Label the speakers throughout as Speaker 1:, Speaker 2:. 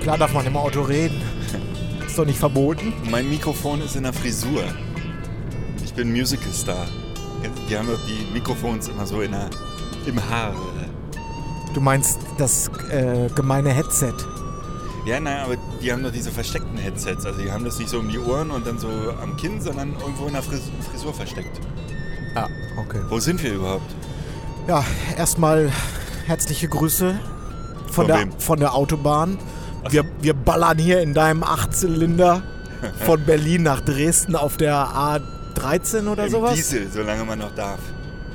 Speaker 1: Klar darf man im Auto reden. Ist doch nicht verboten.
Speaker 2: Mein Mikrofon ist in der Frisur. Ich bin Musical-Star. Die haben doch die Mikrofons immer so in der, im Haar.
Speaker 1: Du meinst das äh, gemeine Headset.
Speaker 2: Ja, naja, aber die haben doch diese versteckten Headsets. Also die haben das nicht so um die Ohren und dann so am Kinn, sondern irgendwo in der Fris Frisur versteckt.
Speaker 1: Ah, okay.
Speaker 2: Wo sind wir überhaupt?
Speaker 1: Ja, erstmal herzliche Grüße von,
Speaker 2: Von
Speaker 1: der,
Speaker 2: wem?
Speaker 1: von der Autobahn. Wir, wir ballern hier in deinem Achtzylinder von Berlin nach Dresden auf der A13 oder
Speaker 2: Im
Speaker 1: sowas.
Speaker 2: Diesel, solange man noch darf.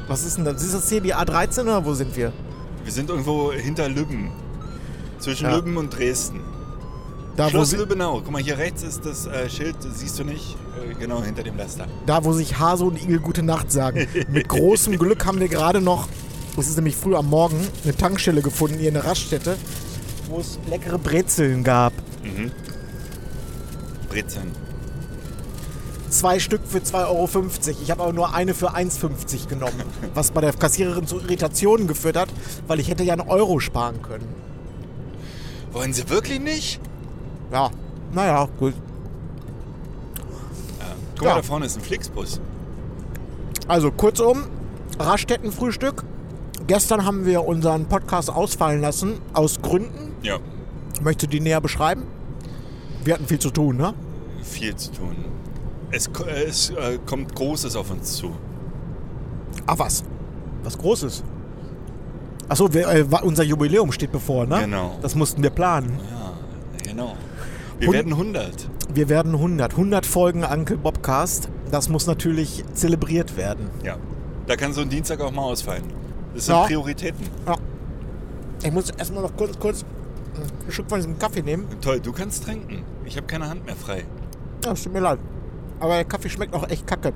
Speaker 1: Was ist denn das? Ist das hier die A13 oder wo sind wir?
Speaker 2: Wir sind irgendwo hinter Lübben. Zwischen
Speaker 1: Ja.
Speaker 2: Lübben und Dresden.
Speaker 1: Da wo,
Speaker 2: Schloss
Speaker 1: si-
Speaker 2: Lübbenau. Guck mal, hier rechts ist das äh, Schild, das siehst du nicht, äh, genau hinter dem Laster.
Speaker 1: da, wo sich Hase und Igel gute Nacht sagen. Mit großem Glück haben wir gerade noch, es ist nämlich früh am Morgen, eine Tankstelle gefunden, hier eine Raststätte, wo es leckere Brezeln gab.
Speaker 2: Brezeln.
Speaker 1: Zwei Stück für 2,50 Euro. Ich habe aber nur eine für 1,50 genommen, was bei der Kassiererin zu Irritationen geführt hat, weil ich hätte ja einen Euro sparen können.
Speaker 2: Wollen sie wirklich nicht?
Speaker 1: Ja, naja, gut.
Speaker 2: Guck
Speaker 1: Ja.
Speaker 2: mal, da vorne ist ein Flixbus.
Speaker 1: Also kurzum, Raststättenfrühstück. Gestern haben wir unseren Podcast ausfallen lassen, aus Gründen.
Speaker 2: Ja,
Speaker 1: Möchtest du die näher beschreiben? Wir hatten viel zu tun, ne?
Speaker 2: viel zu tun. Es, ko- äh, es äh, kommt Großes auf uns zu.
Speaker 1: Ach Ah, was, was Großes. Achso, äh, wa- unser Jubiläum steht bevor, ne?
Speaker 2: Genau.
Speaker 1: Das mussten wir planen.
Speaker 2: Ja, genau. Wir
Speaker 1: Hund-
Speaker 2: werden 100.
Speaker 1: Wir werden 100. 100 Folgen Uncle Bobcast. Das muss natürlich zelebriert werden.
Speaker 2: Ja. Da kann so ein Dienstag auch mal ausfallen. Das sind
Speaker 1: Ja.
Speaker 2: Prioritäten.
Speaker 1: Ich muss erstmal noch kurz, kurz einen Schluck von diesem Kaffee nehmen.
Speaker 2: Toll, du kannst trinken. Ich habe keine Hand mehr frei.
Speaker 1: Ja, es tut mir leid. Aber der Kaffee schmeckt auch echt kacke.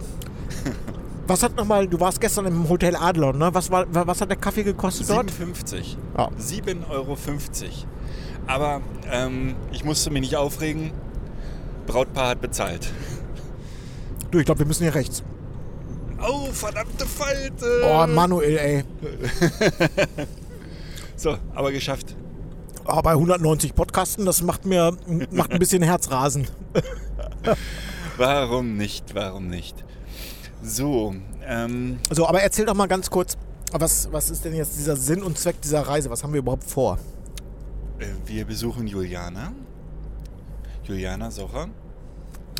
Speaker 1: Was hat nochmal, du warst gestern im Hotel Adlon, ne? Was, war, was hat der Kaffee gekostet dort?
Speaker 2: 57.
Speaker 1: Ja.
Speaker 2: 7,50 Euro. Aber ähm, ich musste mich nicht aufregen. Brautpaar hat bezahlt.
Speaker 1: Du, ich glaube, wir müssen hier rechts.
Speaker 2: Oh, verdammte Falte!
Speaker 1: Oh, Manuel, ey.
Speaker 2: So, aber geschafft.
Speaker 1: Oh, bei 190 Podcasten, das macht mir macht ein bisschen Herzrasen.
Speaker 2: Warum nicht? Warum nicht? So, ähm,
Speaker 1: So, Also, aber erzähl doch mal ganz kurz, was, was ist denn jetzt dieser Sinn und Zweck dieser Reise? Was haben wir überhaupt vor?
Speaker 2: äh, wir besuchen Juliana. Juliana Socher.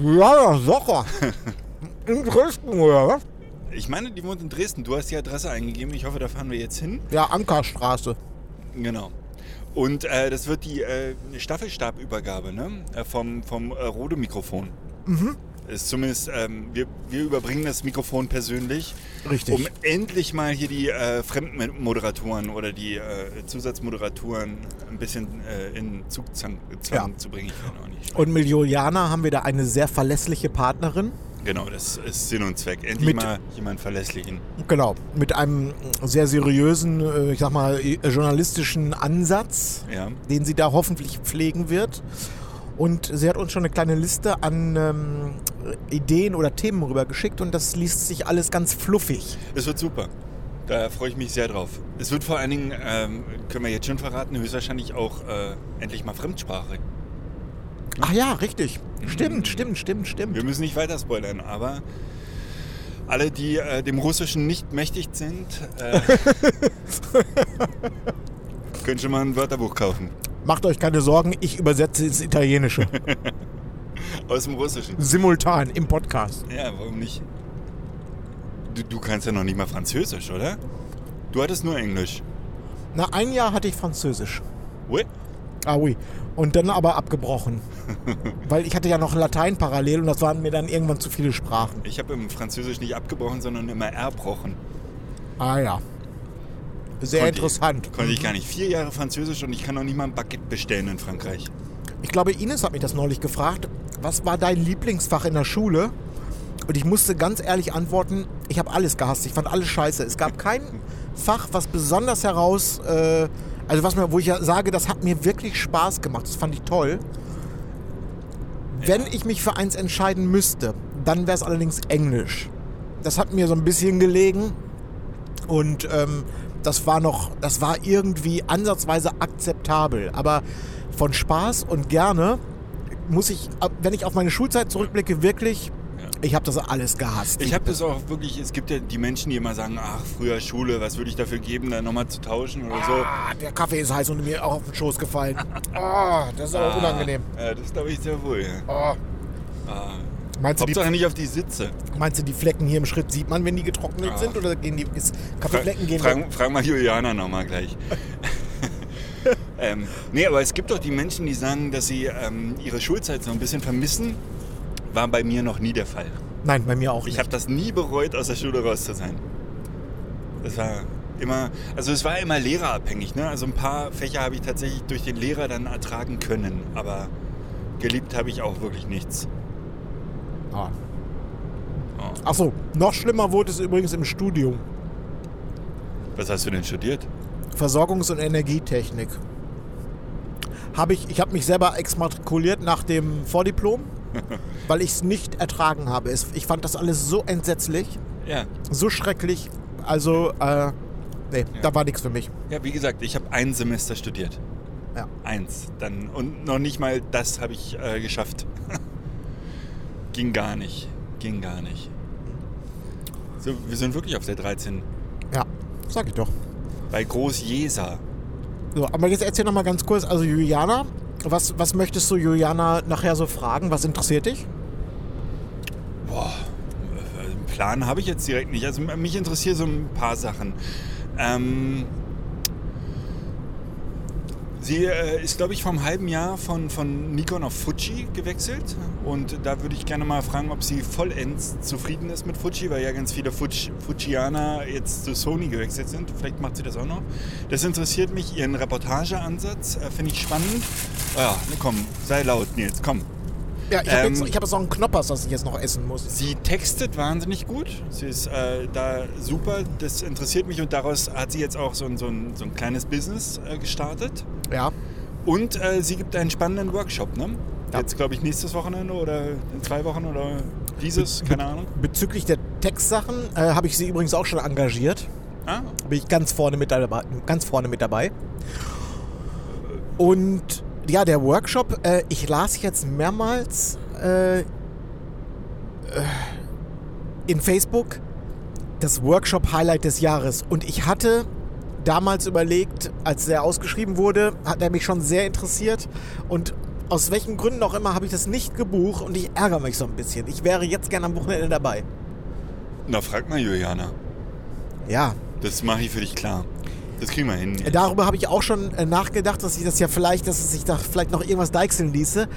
Speaker 1: Ja, Socher. In Dresden, oder was?
Speaker 2: Ich meine, die wohnt in Dresden. Du hast die Adresse eingegeben. Ich hoffe, da fahren wir jetzt hin.
Speaker 1: Ja, Ankerstraße.
Speaker 2: Genau. Und äh, das wird die äh, Staffelstabübergabe ne? äh, vom, vom äh, Rode-Mikrofon.
Speaker 1: Mhm.
Speaker 2: Ist zumindest, ähm, wir, wir überbringen das Mikrofon persönlich,
Speaker 1: Richtig.
Speaker 2: um endlich mal hier die äh, Fremdenmoderatoren oder die äh, Zusatzmoderatoren ein bisschen äh, in Zugzwang Zwang
Speaker 1: Ja.
Speaker 2: zu bringen. Ich kann auch nicht.
Speaker 1: Und mit Juliana haben wir da eine sehr verlässliche Partnerin.
Speaker 2: Genau, das ist Sinn und Zweck. Endlich
Speaker 1: Mit-
Speaker 2: mal jemanden verlässlichen.
Speaker 1: Genau. Mit einem sehr seriösen, äh, ich sag mal, äh, journalistischen Ansatz,
Speaker 2: Ja.
Speaker 1: den sie da hoffentlich pflegen wird. Und sie hat uns schon eine kleine Liste an ähm, Ideen oder Themen rübergeschickt und das liest sich alles ganz fluffig.
Speaker 2: Es wird super. Da freue ich mich sehr drauf. Es wird vor allen Dingen, ähm, können wir jetzt schon verraten, höchstwahrscheinlich auch äh, endlich mal Fremdsprache.
Speaker 1: Ach ja, richtig.
Speaker 2: Mhm.
Speaker 1: Stimmt, stimmt, stimmt, stimmt.
Speaker 2: Wir müssen nicht weiter spoilern, aber alle, die äh, dem Russischen nicht mächtig sind, äh, können schon mal ein Wörterbuch kaufen.
Speaker 1: Macht euch keine Sorgen, ich übersetze ins Italienische.
Speaker 2: Aus dem Russischen.
Speaker 1: Simultan im Podcast.
Speaker 2: Ja, warum nicht? Du, du kannst ja noch nicht mal Französisch, oder? Du hattest nur Englisch.
Speaker 1: Na, ein Jahr hatte ich Französisch.
Speaker 2: Oui?
Speaker 1: Ah, oui. Und dann aber abgebrochen. Weil ich hatte ja noch Latein parallel und das waren mir dann irgendwann zu viele Sprachen.
Speaker 2: Ich habe im Französisch nicht abgebrochen, sondern immer erbrochen.
Speaker 1: Ah ja. Sehr
Speaker 2: Konnte
Speaker 1: interessant.
Speaker 2: Ich, konnte ich gar nicht. Vier Jahre Französisch und ich kann noch nicht mal ein Baguette bestellen in Frankreich.
Speaker 1: Ich glaube, Ines hat mich das neulich gefragt. Was war dein Lieblingsfach in der Schule? Und ich musste ganz ehrlich antworten, ich habe alles gehasst. Ich fand alles scheiße. Es gab kein Fach, was besonders heraus, äh, also was mir, wo ich ja sage, das hat mir wirklich Spaß gemacht. Das fand ich toll. Wenn ich mich für eins entscheiden müsste, dann wäre es allerdings Englisch. Das hat mir so ein bisschen gelegen und ähm, das war noch, das war irgendwie ansatzweise akzeptabel. Aber von Spaß und gerne muss ich, wenn ich auf meine Schulzeit zurückblicke, wirklich,
Speaker 2: Ja.
Speaker 1: ich habe das alles gehasst.
Speaker 2: Ich habe das auch wirklich, es gibt ja die Menschen, die immer sagen, ach, früher Schule, was würde ich dafür geben, da nochmal zu tauschen oder so.
Speaker 1: Ah, der Kaffee ist heiß und mir auch auf den Schoß gefallen. Ah, das ist aber unangenehm.
Speaker 2: Ja, das glaube ich sehr wohl. Ja.
Speaker 1: Ah.
Speaker 2: Ah.
Speaker 1: Meinst, du, die,
Speaker 2: Hauptsache nicht auf die Sitze.
Speaker 1: meinst du, die Flecken hier im Schritt sieht man, wenn die getrocknet
Speaker 2: Ah.
Speaker 1: sind? Oder gehen die, ist,
Speaker 2: Fra
Speaker 1: Kaffeeflecken gehen
Speaker 2: frag, frag mal Juliana nochmal gleich. ähm, nee, aber es gibt doch die Menschen, die sagen, dass sie ähm, ihre Schulzeit so ein bisschen vermissen. War bei mir noch nie der Fall.
Speaker 1: Nein, bei mir auch
Speaker 2: Ich
Speaker 1: nicht.
Speaker 2: habe das nie bereut, aus der Schule raus zu sein. Das war immer, also es war immer lehrerabhängig. Ne? Also ein paar Fächer habe ich tatsächlich durch den Lehrer dann ertragen können, aber geliebt habe ich auch wirklich nichts.
Speaker 1: Ah.
Speaker 2: Oh.
Speaker 1: Ach so, noch schlimmer wurde es übrigens im Studium.
Speaker 2: Was hast du denn studiert?
Speaker 1: Versorgungs- und Energietechnik. Habe ich, ich habe mich selber exmatrikuliert nach dem Vordiplom, weil ich es nicht ertragen habe. Es, ich fand das alles so entsetzlich,
Speaker 2: Ja,
Speaker 1: so schrecklich. Also, äh, nee, da war nichts für mich.
Speaker 2: ja wie gesagt, ich habe ein Semester studiert.
Speaker 1: Ja.
Speaker 2: Eins. Dann, und noch nicht mal das habe ich äh, geschafft. Ging gar nicht. Ging gar nicht. So, wir sind wirklich auf der 13.
Speaker 1: Ja, sag ich doch.
Speaker 2: Bei Groß Jesa.
Speaker 1: So, aber jetzt erzähl noch mal ganz kurz, also Juliana, was, was möchtest du Juliana nachher so fragen? Was interessiert dich?
Speaker 2: Boah, äh, einen Plan habe ich jetzt direkt nicht. Also mich interessieren so ein paar Sachen. Ähm, sie äh, ist, glaube ich, vor einem halben Jahr von, von Nikon auf Fuji gewechselt. Und da würde ich gerne mal fragen, ob sie vollends zufrieden ist mit Fuji, weil ja ganz viele Fuji, Fujianer jetzt zu Sony gewechselt sind. Vielleicht macht sie das auch noch. Das interessiert mich, ihren Reportageansatz. Äh, Finde ich spannend. Ah Ja, na komm, sei laut, Nils, komm.
Speaker 1: Ja, ich habe
Speaker 2: Ähm,
Speaker 1: jetzt, ich hab jetzt noch einen Knoppers, das ich jetzt noch essen muss.
Speaker 2: Sie textet wahnsinnig gut. Sie ist äh, da super. Das interessiert mich und daraus hat sie jetzt auch so ein, so ein, so ein kleines Business äh, gestartet.
Speaker 1: Ja,
Speaker 2: Und äh, sie gibt einen spannenden Workshop, ne?
Speaker 1: Ja.
Speaker 2: Jetzt glaube ich nächstes Wochenende oder in zwei Wochen oder dieses, keine Ahnung.
Speaker 1: bezüglich der Textsachen äh, habe ich sie übrigens auch schon engagiert.
Speaker 2: Ah,
Speaker 1: bin ich ganz vorne mit dabei. Ganz vorne mit dabei. Und ja, der Workshop, äh, ich las jetzt mehrmals äh, äh, in Facebook das Workshop-Highlight des Jahres. Und ich hatte damals überlegt, als der ausgeschrieben wurde, hat er mich schon sehr interessiert. Und aus welchen Gründen auch immer habe ich das nicht gebucht und ich ärgere mich so ein bisschen. Ich wäre jetzt gerne am Wochenende dabei.
Speaker 2: na frag mal Juliana.
Speaker 1: Ja,
Speaker 2: Das mache ich für dich klar. Das kriegen wir hin.
Speaker 1: Äh, Darüber habe ich auch schon äh, nachgedacht, dass ich das ja vielleicht, dass es sich da vielleicht noch irgendwas deichseln ließe.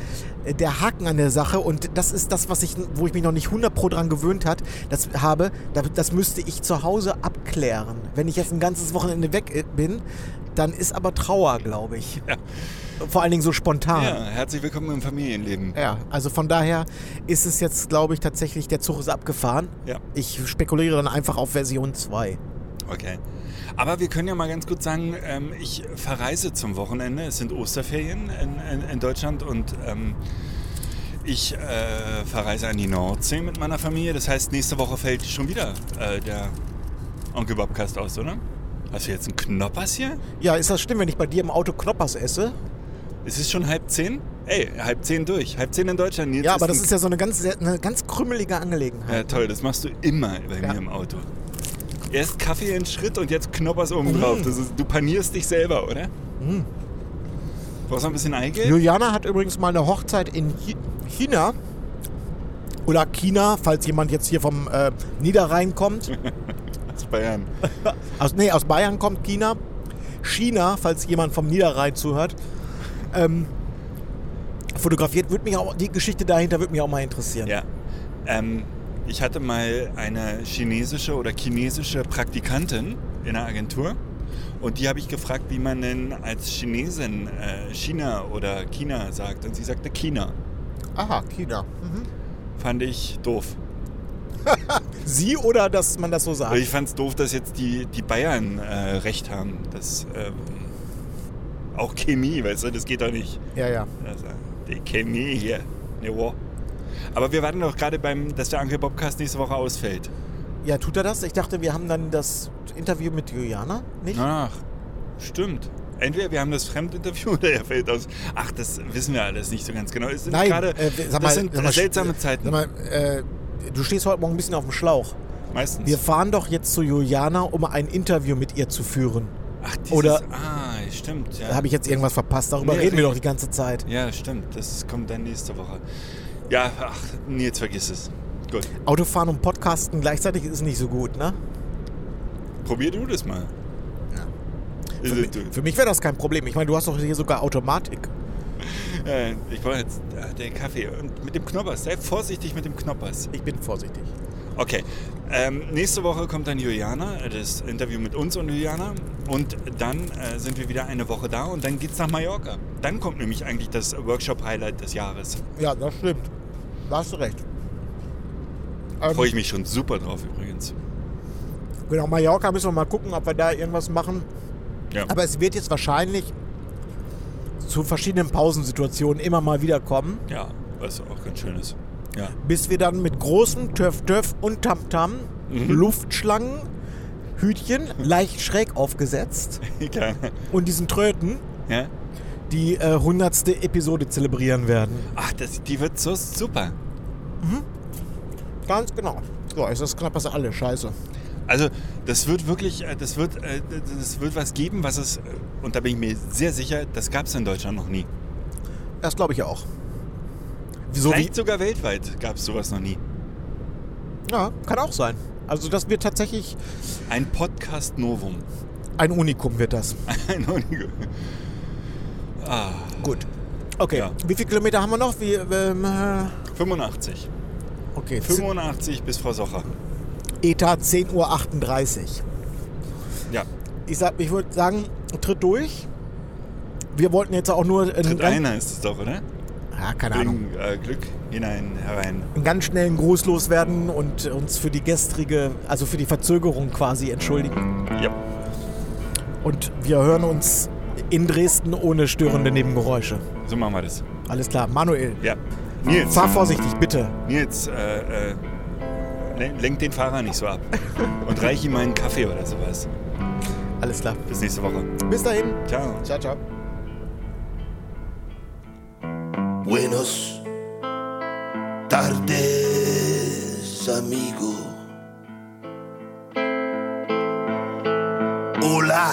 Speaker 1: Äh, Der Haken an der Sache, und das ist das, was ich, wo ich mich noch nicht 100 Pro dran gewöhnt hat, das habe, da- das müsste ich zu Hause abklären. Wenn ich jetzt ein ganzes Wochenende weg äh, bin, dann ist aber Trauer, glaube ich. Vor allen Dingen so spontan.
Speaker 2: Ja, herzlich willkommen im Familienleben.
Speaker 1: Ja, also von daher ist es jetzt, glaube ich, tatsächlich, der Zug ist abgefahren.
Speaker 2: Ja.
Speaker 1: Ich spekuliere dann einfach auf Version 2.
Speaker 2: Okay. Aber wir können ja mal ganz kurz sagen, ähm, ich verreise zum Wochenende. Es sind Osterferien in, in, in Deutschland und ähm, ich äh, verreise an die Nordsee mit meiner Familie. Das heißt, nächste Woche fällt schon wieder äh, der Onkel Bobcast aus, oder? Hast du jetzt einen Knoppers hier?
Speaker 1: Ja, ist das schlimm, wenn ich bei dir im Auto Knoppers esse?
Speaker 2: Es ist schon halb zehn? Ey, halb zehn durch. Halb zehn in Deutschland. Nils
Speaker 1: Ja, aber
Speaker 2: ein
Speaker 1: das ist ja so eine ganz, sehr- eine ganz krümmelige Angelegenheit.
Speaker 2: Ja, toll, das machst du immer bei
Speaker 1: Ja.
Speaker 2: mir im Auto. Erst Kaffee in Schritt und jetzt Knoppers oben drauf. Das ist, du panierst dich selber, oder? Brauchst du noch ein bisschen Eigelb?
Speaker 1: Juliana hat übrigens mal eine Hochzeit in Chi- China oder China, falls jemand jetzt hier vom äh, Niederrhein kommt.
Speaker 2: Aus Bayern.
Speaker 1: Aus, nee, aus Bayern kommt China. China, falls jemand vom Niederrhein zuhört. Ähm, fotografiert, würde mich auch, die Geschichte dahinter würde mich auch mal interessieren.
Speaker 2: Ja. Ähm, ich hatte mal eine chinesische oder chinesische Praktikantin in einer Agentur und die habe ich gefragt, wie man denn als Chinesin äh, China oder China sagt. Und sie sagte China.
Speaker 1: Aha, China. Mhm.
Speaker 2: Fand ich doof.
Speaker 1: Sie oder dass man das so sagt?
Speaker 2: Aber ich fand's doof, dass jetzt die, die Bayern äh, recht haben. Das, ähm, auch Chemie, weißt du, das geht doch nicht.
Speaker 1: Ja, ja.
Speaker 2: Also, die Chemie hier. Ne, wow. Aber wir warten doch gerade beim, dass der Onkel Bobcast nächste Woche ausfällt.
Speaker 1: Ja, tut er das? Ich dachte, wir haben dann das Interview mit Juliana, nicht?
Speaker 2: Ach, stimmt. Entweder wir haben das Fremdinterview oder er fällt aus. Ach, das wissen wir alles nicht so ganz genau. Es sind
Speaker 1: Nein,
Speaker 2: gerade,
Speaker 1: äh, sag mal,
Speaker 2: das sind
Speaker 1: sag mal,
Speaker 2: seltsame Zeiten.
Speaker 1: Sag mal, äh, du stehst heute Morgen ein bisschen auf dem Schlauch.
Speaker 2: meistens.
Speaker 1: Wir fahren doch jetzt zu Juliana, um ein Interview mit ihr zu führen.
Speaker 2: Ach, dieses,
Speaker 1: oder-
Speaker 2: ah, stimmt. Ja.
Speaker 1: Da habe ich jetzt irgendwas verpasst. Darüber
Speaker 2: Nee,
Speaker 1: reden wir
Speaker 2: nee.
Speaker 1: doch die ganze Zeit.
Speaker 2: ja, stimmt. Das kommt dann nächste Woche. Ja, ach, Nils, vergiss es. Gut,
Speaker 1: Autofahren und Podcasten gleichzeitig ist nicht so gut, ne?
Speaker 2: probier du das mal.
Speaker 1: Für,
Speaker 2: Also,
Speaker 1: mi-
Speaker 2: du-
Speaker 1: für mich wäre das kein Problem. Ich meine, du hast doch hier sogar Automatik.
Speaker 2: Äh, Ich brauche jetzt äh, den Kaffee. Und mit dem Knoppers, sei vorsichtig mit dem Knoppers.
Speaker 1: Ich bin vorsichtig.
Speaker 2: Okay. Ähm, nächste Woche kommt dann Juliana, äh, das Interview mit uns und Juliana. Und dann äh, sind wir wieder eine Woche da und dann geht's nach Mallorca. Dann kommt nämlich eigentlich das Workshop-Highlight des Jahres.
Speaker 1: Ja, das stimmt. Da hast du recht. Ähm,
Speaker 2: Freue ich mich schon super drauf übrigens.
Speaker 1: Genau, Mallorca müssen wir mal gucken, ob wir da irgendwas machen.
Speaker 2: Ja.
Speaker 1: Aber es wird jetzt wahrscheinlich zu verschiedenen Pausensituationen immer mal wieder kommen,
Speaker 2: Ja, was auch ganz schön ist. Ja.
Speaker 1: bis wir dann mit großen Töff-Töff und Tamtam, Luftschlangen, Hütchen, leicht schräg aufgesetzt
Speaker 2: Klar.
Speaker 1: und diesen Tröten
Speaker 2: ja.
Speaker 1: die äh, hundertste Episode zelebrieren werden.
Speaker 2: Ach, das, die wird so super.
Speaker 1: Ganz genau. So, es ist knapp als alle, scheiße.
Speaker 2: Also das wird wirklich, äh, das wird, äh, das wird was geben, was es, äh, und da bin ich mir sehr sicher, das gab es in Deutschland noch nie.
Speaker 1: Das glaube ich auch. So wie,
Speaker 2: Vielleicht sogar weltweit gab es sowas noch nie.
Speaker 1: ja, kann auch sein. Also das wird tatsächlich,
Speaker 2: Ein Podcast Novum.
Speaker 1: ein Unikum wird das.
Speaker 2: Ein Unikum. ah,
Speaker 1: Gut. Okay,
Speaker 2: Ja.
Speaker 1: wie viele Kilometer haben wir noch? Wie, ähm, äh,
Speaker 2: 85.
Speaker 1: okay,
Speaker 2: 85 bis Frau Socher.
Speaker 1: ETA 10.38 Uhr.
Speaker 2: Ja.
Speaker 1: Ich, sag- ich würde sagen, tritt durch. Wir wollten jetzt auch nur einen,
Speaker 2: Tritt
Speaker 1: ganz,
Speaker 2: einer ist es doch, oder?
Speaker 1: ja, keine Ahnung,
Speaker 2: Bring äh, Glück hinein, herein.
Speaker 1: einen ganz schnellen Gruß loswerden und uns für die gestrige, also für die Verzögerung quasi entschuldigen.
Speaker 2: Ja.
Speaker 1: Und wir hören uns in Dresden ohne störende Nebengeräusche.
Speaker 2: So machen wir das.
Speaker 1: Alles klar, Manuel,
Speaker 2: Ja. Nils,
Speaker 1: fahr vorsichtig, bitte.
Speaker 2: Nils, äh, äh, len- lenk den Fahrer nicht so ab. Und reich ihm einen Kaffee oder sowas.
Speaker 1: Alles klar.
Speaker 2: Bis nächste Woche.
Speaker 1: Bis dahin.
Speaker 2: Ciao.
Speaker 1: Ciao, ciao.
Speaker 3: Buenos tardes, amigo. Hola,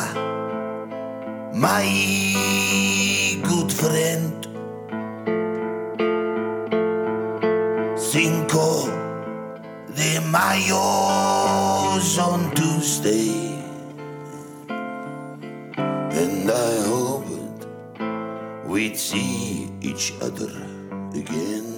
Speaker 3: my good friend. Cinco de Mayo's on Tuesday. And I hope we'd see each other again.